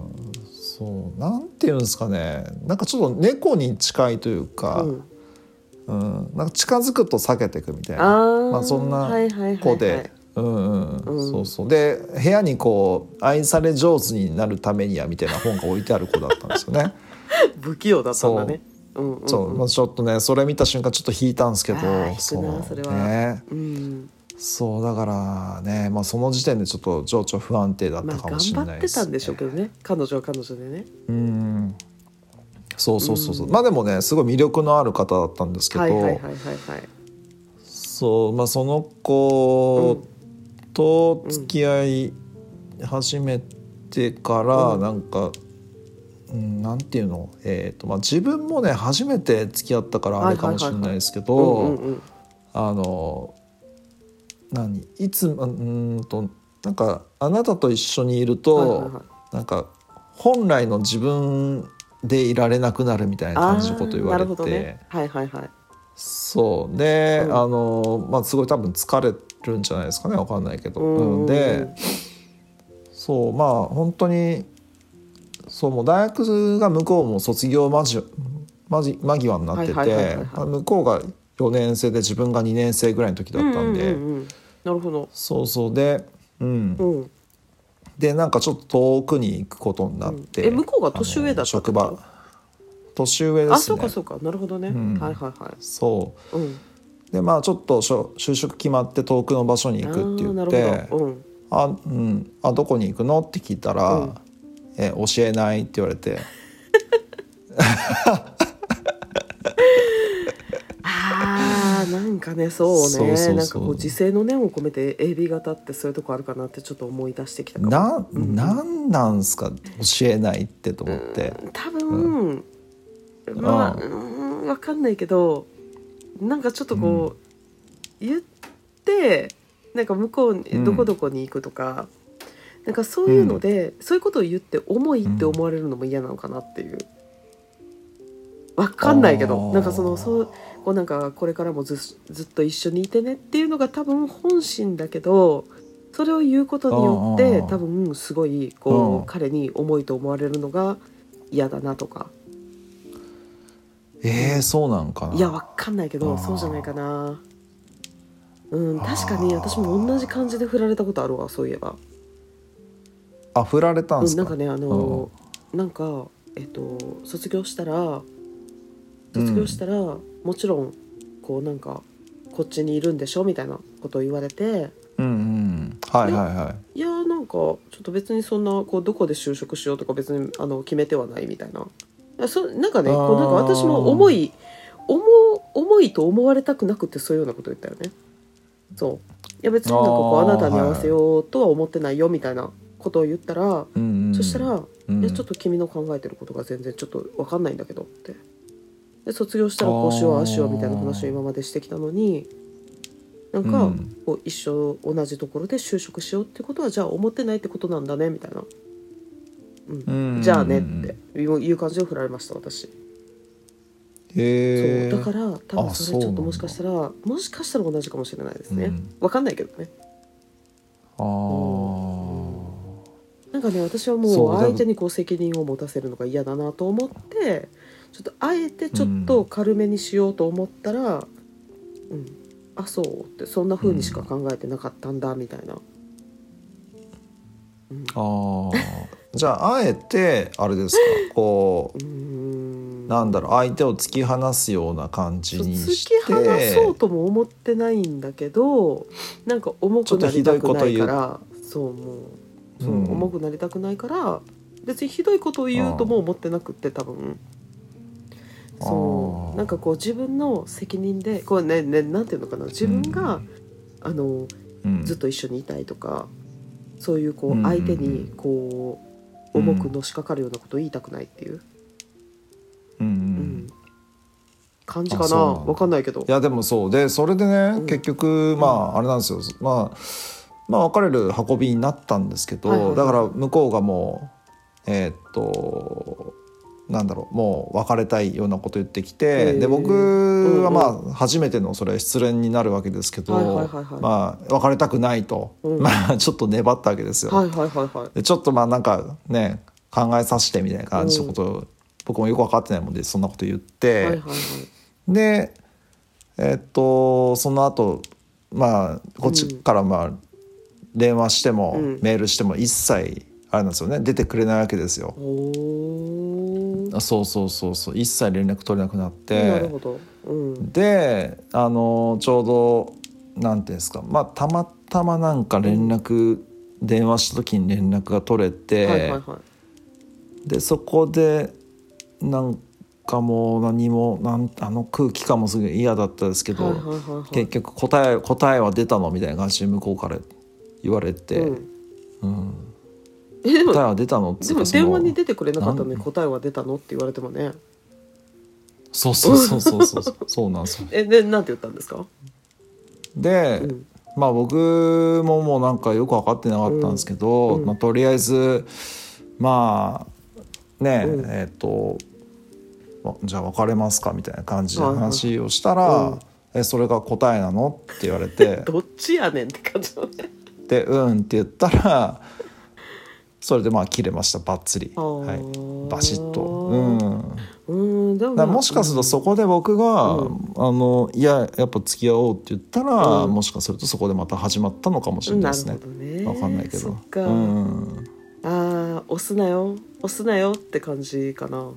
Speaker 1: そうなんて言うんですかねなんかちょっと猫に近いというか、
Speaker 2: う
Speaker 1: う
Speaker 2: ん
Speaker 1: んなんか近づくと避けていくみたいな。
Speaker 2: あ
Speaker 1: まあそんな
Speaker 2: はいはいはいはい
Speaker 1: 子で、うんうん、
Speaker 2: うん
Speaker 1: そうそうで部屋にこう愛され上手になるためにはみたいな本が置いてある子だったんですよね。
Speaker 2: 不器用だったんだねうんうん
Speaker 1: そう、まあ、ちょっとねそれ見た瞬間ちょっと引いたんですけど、
Speaker 2: あー引くな
Speaker 1: そう
Speaker 2: それは
Speaker 1: ね、
Speaker 2: うん
Speaker 1: そうだからね、まあその時点でちょっと情緒不安定だっ
Speaker 2: ま
Speaker 1: た
Speaker 2: あ
Speaker 1: か
Speaker 2: 頑
Speaker 1: もしれ
Speaker 2: 張
Speaker 1: ない
Speaker 2: って
Speaker 1: です、
Speaker 2: たんでしょうけどね彼女は彼女でね
Speaker 1: うん。そうそうそうそう、まあでもねすごい魅力のある方だったんですけど、
Speaker 2: はいはいはいはいはい
Speaker 1: そうまあその子と付き合い始めてから
Speaker 2: うん
Speaker 1: なんか、うん、なんていうの、えーとまあ、自分もね初めて付き合ったからあれかもしれないですけ
Speaker 2: うん
Speaker 1: ど
Speaker 2: うんうん
Speaker 1: あの何いつもうーんとなんかあなたと一緒にいると、
Speaker 2: はいはいはい
Speaker 1: なんか本来の自分でいられなくなるみたいな感じのこと言われ
Speaker 2: あーなるほど
Speaker 1: て。
Speaker 2: ねはいはいはい
Speaker 1: そうで、
Speaker 2: うん
Speaker 1: あのまあすごい多分疲れるんじゃないですかねわかんないけど。
Speaker 2: うんうんうん
Speaker 1: でそうまあ本当にそうもう大学が向こうも卒業間じ間じ間際になって
Speaker 2: はいはいはいはい
Speaker 1: て
Speaker 2: はい
Speaker 1: まあ向こうが4年生で自分が2年生ぐらいの時だったんで、
Speaker 2: ううううんなるほど
Speaker 1: そうそうで、うん
Speaker 2: うん
Speaker 1: でなんかちょっと遠くに行くことになって、
Speaker 2: うんえ向こうが年上だった
Speaker 1: あの
Speaker 2: って
Speaker 1: 職
Speaker 2: こと
Speaker 1: 場年上ですね
Speaker 2: あそうかそうかなるほどね、
Speaker 1: うん
Speaker 2: はいはいはい
Speaker 1: そう
Speaker 2: うん
Speaker 1: でまあちょっとしょ就職決まって遠くの場所に行くって
Speaker 2: あ
Speaker 1: 言
Speaker 2: ーな
Speaker 1: っ
Speaker 2: る
Speaker 1: て
Speaker 2: ほどうん
Speaker 1: 「あ,、うん、あどこに行くの?」って聞いたら「
Speaker 2: うん
Speaker 1: え教えない」って言われて
Speaker 2: あーなんかねそうね
Speaker 1: そうそうそう
Speaker 2: なんかこう時勢の念を込めて AB 型ってそういうとこあるかなってちょっと思い出して
Speaker 1: 「
Speaker 2: きたかも
Speaker 1: ななんなんすか教えない」ってと思って
Speaker 2: 多分、まあ
Speaker 1: あー
Speaker 2: うんわかんないけどなんかちょっとこう、言ってなんか向こう
Speaker 1: う
Speaker 2: に
Speaker 1: ん
Speaker 2: どこどこに行くとか、なんかそういうので、そういうことを言って重いって思われるのも嫌なのかなっていう。わかんないけ
Speaker 1: あ
Speaker 2: ど
Speaker 1: ー
Speaker 2: なんかそのそうこうなんかこれからもずずっと一緒にいてねっていうのが多分本心だけどそれを言うことによっ
Speaker 1: うんうん
Speaker 2: て
Speaker 1: うん
Speaker 2: 多分すごいこ
Speaker 1: うん
Speaker 2: う彼に重いと思われるのが嫌だなとか
Speaker 1: 「えー、そうなんかな」
Speaker 2: いやわかんないけ
Speaker 1: あ
Speaker 2: ど
Speaker 1: ー
Speaker 2: そうじゃないかなうん
Speaker 1: あー
Speaker 2: 確かに私も同じ感じで振られたことあるわそういえば
Speaker 1: あ振られたん
Speaker 2: う
Speaker 1: です
Speaker 2: んな
Speaker 1: か,、
Speaker 2: んかねあのなんかえっと卒業したら卒業したらもちろんこうなんかこっちにいるんでしょみたいなことを言われて
Speaker 1: うんうんはいはいはい
Speaker 2: やーなんかちょっと別にそんなこうどこで就職しようとか別にあの決めてはないみたいなあそなんかねこうなんか
Speaker 1: あー
Speaker 2: 私も重い重重いと思われたくなくてそういうようなこと言ったよねそういや別になんかこう
Speaker 1: あ
Speaker 2: あ
Speaker 1: ー
Speaker 2: なたに合わせようとは思ってないよみたいなことを言ったら、
Speaker 1: うんうん
Speaker 2: そしたら
Speaker 1: う
Speaker 2: 「
Speaker 1: ん
Speaker 2: いやちょっと君の考えてることが全然ちょっと分かんないんだけど」ってで卒業したらこうしよう
Speaker 1: あー
Speaker 2: ああしようみたいな話を今までしてきたのになんか、
Speaker 1: うん
Speaker 2: こう一生同じところで就職しようってことはじゃあ思ってないってことなんだねみたいな、うん
Speaker 1: うん
Speaker 2: じゃあねっていういう感じで振られました私、
Speaker 1: へえ
Speaker 2: そうだから多分
Speaker 1: あ
Speaker 2: それち
Speaker 1: そうなん
Speaker 2: ょっ
Speaker 1: だ
Speaker 2: ともしかしたらもしかしたら同じかもしれないですね、
Speaker 1: うん
Speaker 2: わかんないけどね
Speaker 1: ああ
Speaker 2: なんかね私は
Speaker 1: そう
Speaker 2: も
Speaker 1: だ
Speaker 2: う
Speaker 1: から
Speaker 2: 相手にこう責任を持たせるのが嫌だなと思ってちょっとあえてちょっと軽めにしようと思ったら、うんあそうってそんな風にしか考えてなかったんだみたいな、
Speaker 1: あーじゃああえてあれですかこ
Speaker 2: うーん
Speaker 1: うなんだろう相手を突き放すような感じ
Speaker 2: そう
Speaker 1: に
Speaker 2: 突
Speaker 1: し
Speaker 2: き
Speaker 1: て
Speaker 2: 放そうとも思ってないんだけどなんか重くなりたくないからそうもうそう、
Speaker 1: うん
Speaker 2: 重くなりたくないから別にひどいことを言うとも思ってなくって多分そ
Speaker 1: あー
Speaker 2: うなんかこう自分の責任でこうねねなんていうのかな自分が、
Speaker 1: うん
Speaker 2: あの
Speaker 1: うん
Speaker 2: ずっと一緒にいたいとかそういうこ
Speaker 1: うんうん
Speaker 2: う
Speaker 1: うん
Speaker 2: 相手にこう重くのしかかるようなことを言いたくないっていう、
Speaker 1: うんうん
Speaker 2: うん感じか
Speaker 1: あ
Speaker 2: な
Speaker 1: そうなんだ
Speaker 2: わかんないけど
Speaker 1: い。やでもそうでそれでね、
Speaker 2: ん
Speaker 1: 結局まああれなんですよ、まあ、まあ別れる運びになったんですけど、
Speaker 2: はいはいはい
Speaker 1: だから向こうがもうえーっとなんだろうもう別れたいようなこと言ってきて
Speaker 2: へー
Speaker 1: で僕はま
Speaker 2: う
Speaker 1: あ初めてのそれは失恋になるわけですけど、
Speaker 2: はいはいはいはい
Speaker 1: まあ別れたくないと、
Speaker 2: うん
Speaker 1: <laughs> まあちょっと粘ったわけですよ。
Speaker 2: はいはいはいはい。
Speaker 1: でちょっとまあなんかね考えさせてみたいな感じのことを、僕もよく分かってないもんでそんなこと言って。
Speaker 2: はいはいはい。
Speaker 1: でえっとその後まあこっ
Speaker 2: う
Speaker 1: ち
Speaker 2: ん
Speaker 1: からまあ電話しても、
Speaker 2: うん
Speaker 1: メールしても一切あれなんですよね出てくれないわけですよ
Speaker 2: お。お。
Speaker 1: あそうそうそうそう一切連絡取れなくなっ
Speaker 2: なる
Speaker 1: て
Speaker 2: ほど。うん。
Speaker 1: であのちょうどなんていうんですかまあたまたまなんか連絡、電話した時に連絡が取れて、
Speaker 2: はいはいは
Speaker 1: でそこでなんかもう何もなんあの空気感もすごい嫌だったですけ
Speaker 2: い。
Speaker 1: ど、
Speaker 2: はいはいはいはい
Speaker 1: 結。局答え答えは出たのみたいな感じで向こうから言われて、
Speaker 2: うん
Speaker 1: うん
Speaker 2: えで
Speaker 1: 答え
Speaker 2: も
Speaker 1: は出たのっつ
Speaker 2: で
Speaker 1: うか
Speaker 2: も
Speaker 1: その
Speaker 2: 電話に出てくれなかったの
Speaker 1: な
Speaker 2: に
Speaker 1: ん
Speaker 2: 答えは出たのって言われてもね。
Speaker 1: そうそうそうそうそうそうそうなんですよ
Speaker 2: えでなんて言ったんですか。
Speaker 1: で、
Speaker 2: うん。
Speaker 1: まあ僕ももうなんかよく分かってなかったんですけど、
Speaker 2: うんうん
Speaker 1: まあ、とりあえずまあね、
Speaker 2: うん
Speaker 1: えっ、とまじゃあ別れますかみたいな感じの話をしたら、
Speaker 2: はいはいうん
Speaker 1: えそれが答えなのって言われて
Speaker 2: どっちやねんって感じのね。
Speaker 1: でうんって言ったらそれでまあ切れましたばっつり、
Speaker 2: あー
Speaker 1: はい、バシッと、 <laughs> うん、
Speaker 2: うんでも
Speaker 1: だか
Speaker 2: まあ
Speaker 1: らもしかするとそこで僕が、
Speaker 2: うん
Speaker 1: あのいややっぱ付き合おうって言ったら、
Speaker 2: うん
Speaker 1: もしかするとそこでまた始まったのかもし
Speaker 2: う
Speaker 1: れ
Speaker 2: ん
Speaker 1: な
Speaker 2: ない
Speaker 1: で
Speaker 2: る
Speaker 1: す
Speaker 2: ほ
Speaker 1: ね
Speaker 2: ど。ね。
Speaker 1: わかんないけど。
Speaker 2: そっか。
Speaker 1: うん、
Speaker 2: ああ押すなよ押すなよって感じかな。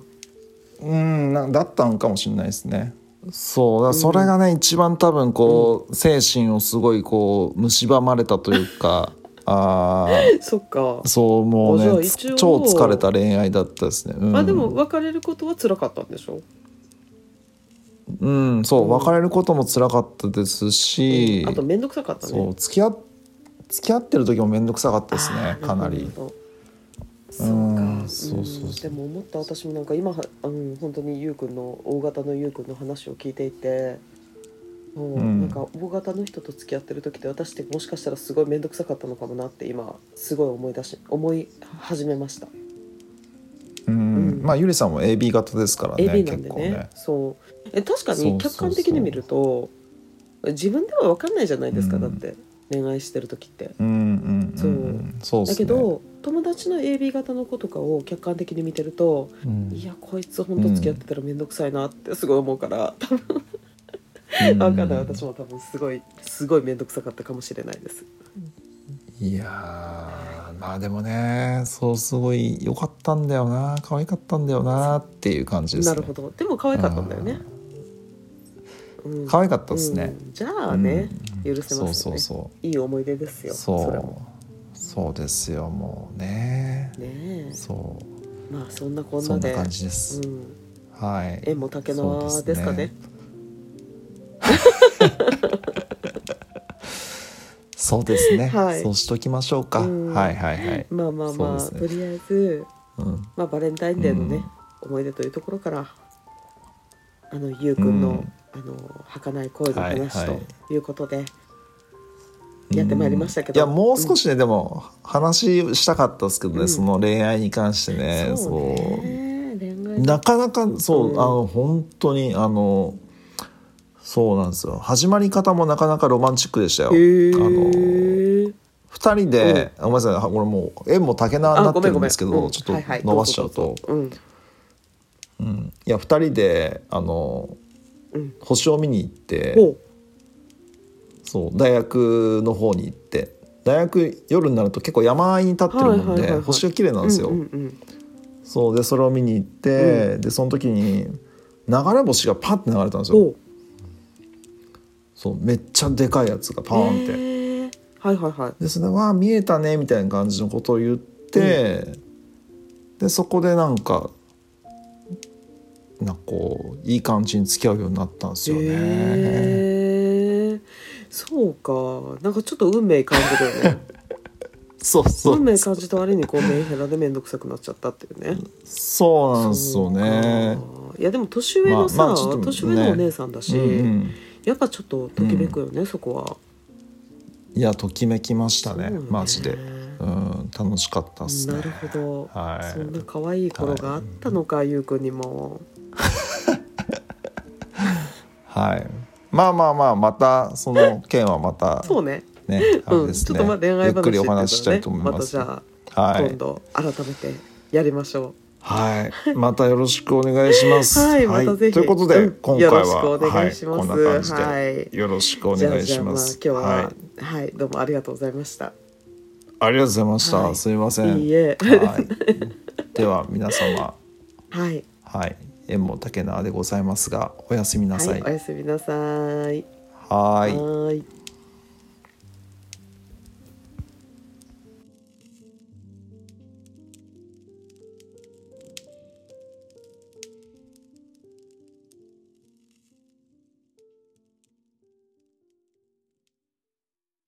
Speaker 1: うん、なだったんかもしれないですね。そうだからそれがね、一番多分こう精神をすごいこう蝕まれたという
Speaker 2: <laughs>
Speaker 1: かあー
Speaker 2: そっか。
Speaker 1: そうもう
Speaker 2: あじゃあ
Speaker 1: ね
Speaker 2: 一応
Speaker 1: 超疲れた恋愛だったですね。うん、
Speaker 2: あでも別れることは辛かったんでしょ。
Speaker 1: うん、そう、
Speaker 2: うん
Speaker 1: 別れることも辛かったですし、
Speaker 2: あと面倒くさかったね。
Speaker 1: そう付き合っ付き合ってる時も面倒くさかったですね
Speaker 2: あー
Speaker 1: かな
Speaker 2: る
Speaker 1: り。
Speaker 2: ほど
Speaker 1: うん
Speaker 2: そ
Speaker 1: そう
Speaker 2: か
Speaker 1: うそうそうん
Speaker 2: でも思った私もなんか今は、うん、本当にゆうくんの大型のゆうくんの話を聞いていてもう、
Speaker 1: うん
Speaker 2: なんか大型の人と付き合ってる時って私ってもしかしたらすごい面倒くさかったのかもなって今すごい思い出し思い始めました、
Speaker 1: うん
Speaker 2: うん
Speaker 1: まあゆりさんも AB 型ですからね
Speaker 2: AB なん
Speaker 1: 結
Speaker 2: で
Speaker 1: 構
Speaker 2: ね
Speaker 1: ね。
Speaker 2: そうえ確か
Speaker 1: そうそ
Speaker 2: に
Speaker 1: うそう
Speaker 2: 客観的に見ると自分では分かんないじゃないですか、
Speaker 1: うん
Speaker 2: だって恋愛してる時って。
Speaker 1: うんうんうんうんそうっ
Speaker 2: だ
Speaker 1: す
Speaker 2: け
Speaker 1: ね。
Speaker 2: ど友達の AB 型の子とかを客観的に見てると
Speaker 1: うん
Speaker 2: いやこいつ本当付き合ってたら面倒くさいなってすごい思うから、多
Speaker 1: う
Speaker 2: 分
Speaker 1: ん
Speaker 2: 分かんない私も多分すごいすごい面倒くさかったかもしれないです
Speaker 1: いやーまあでもねそうすごい良かったんだよな可愛かったんだよなっていう感じです、
Speaker 2: な
Speaker 1: ね。
Speaker 2: るほどでも可愛かったんだよね、うん
Speaker 1: 可愛かったですね。
Speaker 2: うんじゃあね、許せますよ
Speaker 1: そうそ
Speaker 2: ね
Speaker 1: うそ
Speaker 2: いい思い出です
Speaker 1: う
Speaker 2: よ
Speaker 1: そ
Speaker 2: れも
Speaker 1: うそうですよもうね
Speaker 2: ねえ
Speaker 1: そ
Speaker 2: まあそんなこ
Speaker 1: うんそ
Speaker 2: なん
Speaker 1: な
Speaker 2: で
Speaker 1: 感じです、
Speaker 2: うん、
Speaker 1: はい
Speaker 2: 縁も竹縄です
Speaker 1: <laughs>
Speaker 2: かね <laughs>
Speaker 1: そうですね
Speaker 2: はい
Speaker 1: そうしときましょうか、
Speaker 2: うん
Speaker 1: はいはいはい。
Speaker 2: まあまあま
Speaker 1: そ
Speaker 2: あ、
Speaker 1: うですね
Speaker 2: とりあえず、
Speaker 1: うん。
Speaker 2: まあ、バレンタインデーのね、思い出というところからあのゆうくんの、
Speaker 1: うん
Speaker 2: あの儚い恋の
Speaker 1: はい
Speaker 2: 話
Speaker 1: は
Speaker 2: と
Speaker 1: い
Speaker 2: いうことで、やってまいりましたけど
Speaker 1: いやもう少しね、でも話したかったですけどね、
Speaker 2: うん
Speaker 1: その恋愛に関してね
Speaker 2: そう
Speaker 1: そう
Speaker 2: ね恋愛
Speaker 1: なかなかそう、
Speaker 2: うん
Speaker 1: あの本当にあのそうなんですよ始まり方もなかなかロマンチックでしたよ。あ
Speaker 2: へ
Speaker 1: の
Speaker 2: ー
Speaker 1: 2人で、あごめんなさいあこれもう縁も竹縄
Speaker 2: あ
Speaker 1: になっ
Speaker 2: ご
Speaker 1: て
Speaker 2: め
Speaker 1: る
Speaker 2: んご
Speaker 1: ん
Speaker 2: め
Speaker 1: で
Speaker 2: ん
Speaker 1: すけど
Speaker 2: うん
Speaker 1: ち
Speaker 2: は
Speaker 1: ょ
Speaker 2: い
Speaker 1: っ
Speaker 2: はい
Speaker 1: と伸ばしちゃうと、
Speaker 2: どぞどぞ
Speaker 1: うん、いや2人であの
Speaker 2: うんうん
Speaker 1: 星を見に行って
Speaker 2: お
Speaker 1: そう大学の方に行って大学夜になると結構山あいに立ってるもんで、
Speaker 2: はいはいはいはい
Speaker 1: 星が綺麗なんですよ。
Speaker 2: うんうん
Speaker 1: そうでそれを見に行って、でその時に流れ星がパンって流れたんです
Speaker 2: うん、
Speaker 1: よ
Speaker 2: お
Speaker 1: そうめっちゃでかいやつがパーンって、
Speaker 2: へーはいはいはい
Speaker 1: でそれは見えたねみたいな感じのことを言って、でそこでなんかなんかこういい感じに付き合うようになったんですよね、
Speaker 2: へーそうかなんかちょっと運命感じるよね
Speaker 1: そうそう
Speaker 2: 運命感じた割にこうメンヘラで面倒くさくなっちゃったっていうね
Speaker 1: そうなんですよね
Speaker 2: そうかいやでも年上のさ、
Speaker 1: まあまあちょっとね
Speaker 2: 年上のお姉さんだし、
Speaker 1: うんうん
Speaker 2: やっぱちょっとときめくよね、そこは。
Speaker 1: いやときめきましたね
Speaker 2: そうよね
Speaker 1: マジで、うん、楽しかったっすね
Speaker 2: なるほど、
Speaker 1: はい
Speaker 2: そんな可愛い頃があったのか、ゆうくんにも。
Speaker 1: はい。まあまあまあまたその件はまた
Speaker 2: そうね、
Speaker 1: ね、あ
Speaker 2: う
Speaker 1: れ
Speaker 2: ん、
Speaker 1: です
Speaker 2: ちょ
Speaker 1: ね
Speaker 2: っとまあ恋愛話
Speaker 1: ゆっくりお話し
Speaker 2: っ
Speaker 1: してた
Speaker 2: い
Speaker 1: いうと
Speaker 2: のは
Speaker 1: 思い
Speaker 2: ねま
Speaker 1: ま
Speaker 2: た
Speaker 1: す。
Speaker 2: じゃあ、
Speaker 1: は
Speaker 2: 今
Speaker 1: い、
Speaker 2: 度改めてやりましょ
Speaker 1: はい、またよろしくお願いします。
Speaker 2: はいまたぜひ
Speaker 1: ということ
Speaker 2: う
Speaker 1: で
Speaker 2: ん
Speaker 1: 今回は
Speaker 2: よろしくお願いします
Speaker 1: はい、こんな感じ
Speaker 2: はい
Speaker 1: でよろしくお
Speaker 2: う。じゃ
Speaker 1: 願
Speaker 2: あ
Speaker 1: い
Speaker 2: じゃ
Speaker 1: し
Speaker 2: あまあ
Speaker 1: ま
Speaker 2: 今
Speaker 1: す。
Speaker 2: 日は、
Speaker 1: はい、
Speaker 2: はい、どうもありがとうございました。
Speaker 1: ありがとうございました。
Speaker 2: はい
Speaker 1: すみません。
Speaker 2: いいえ、
Speaker 1: はい、では皆様、
Speaker 2: <laughs> はい、
Speaker 1: はい、縁も竹縄でございますが、おやすみな
Speaker 2: は
Speaker 1: さい。
Speaker 2: い、おやすみなさい。
Speaker 1: は。
Speaker 2: はいーい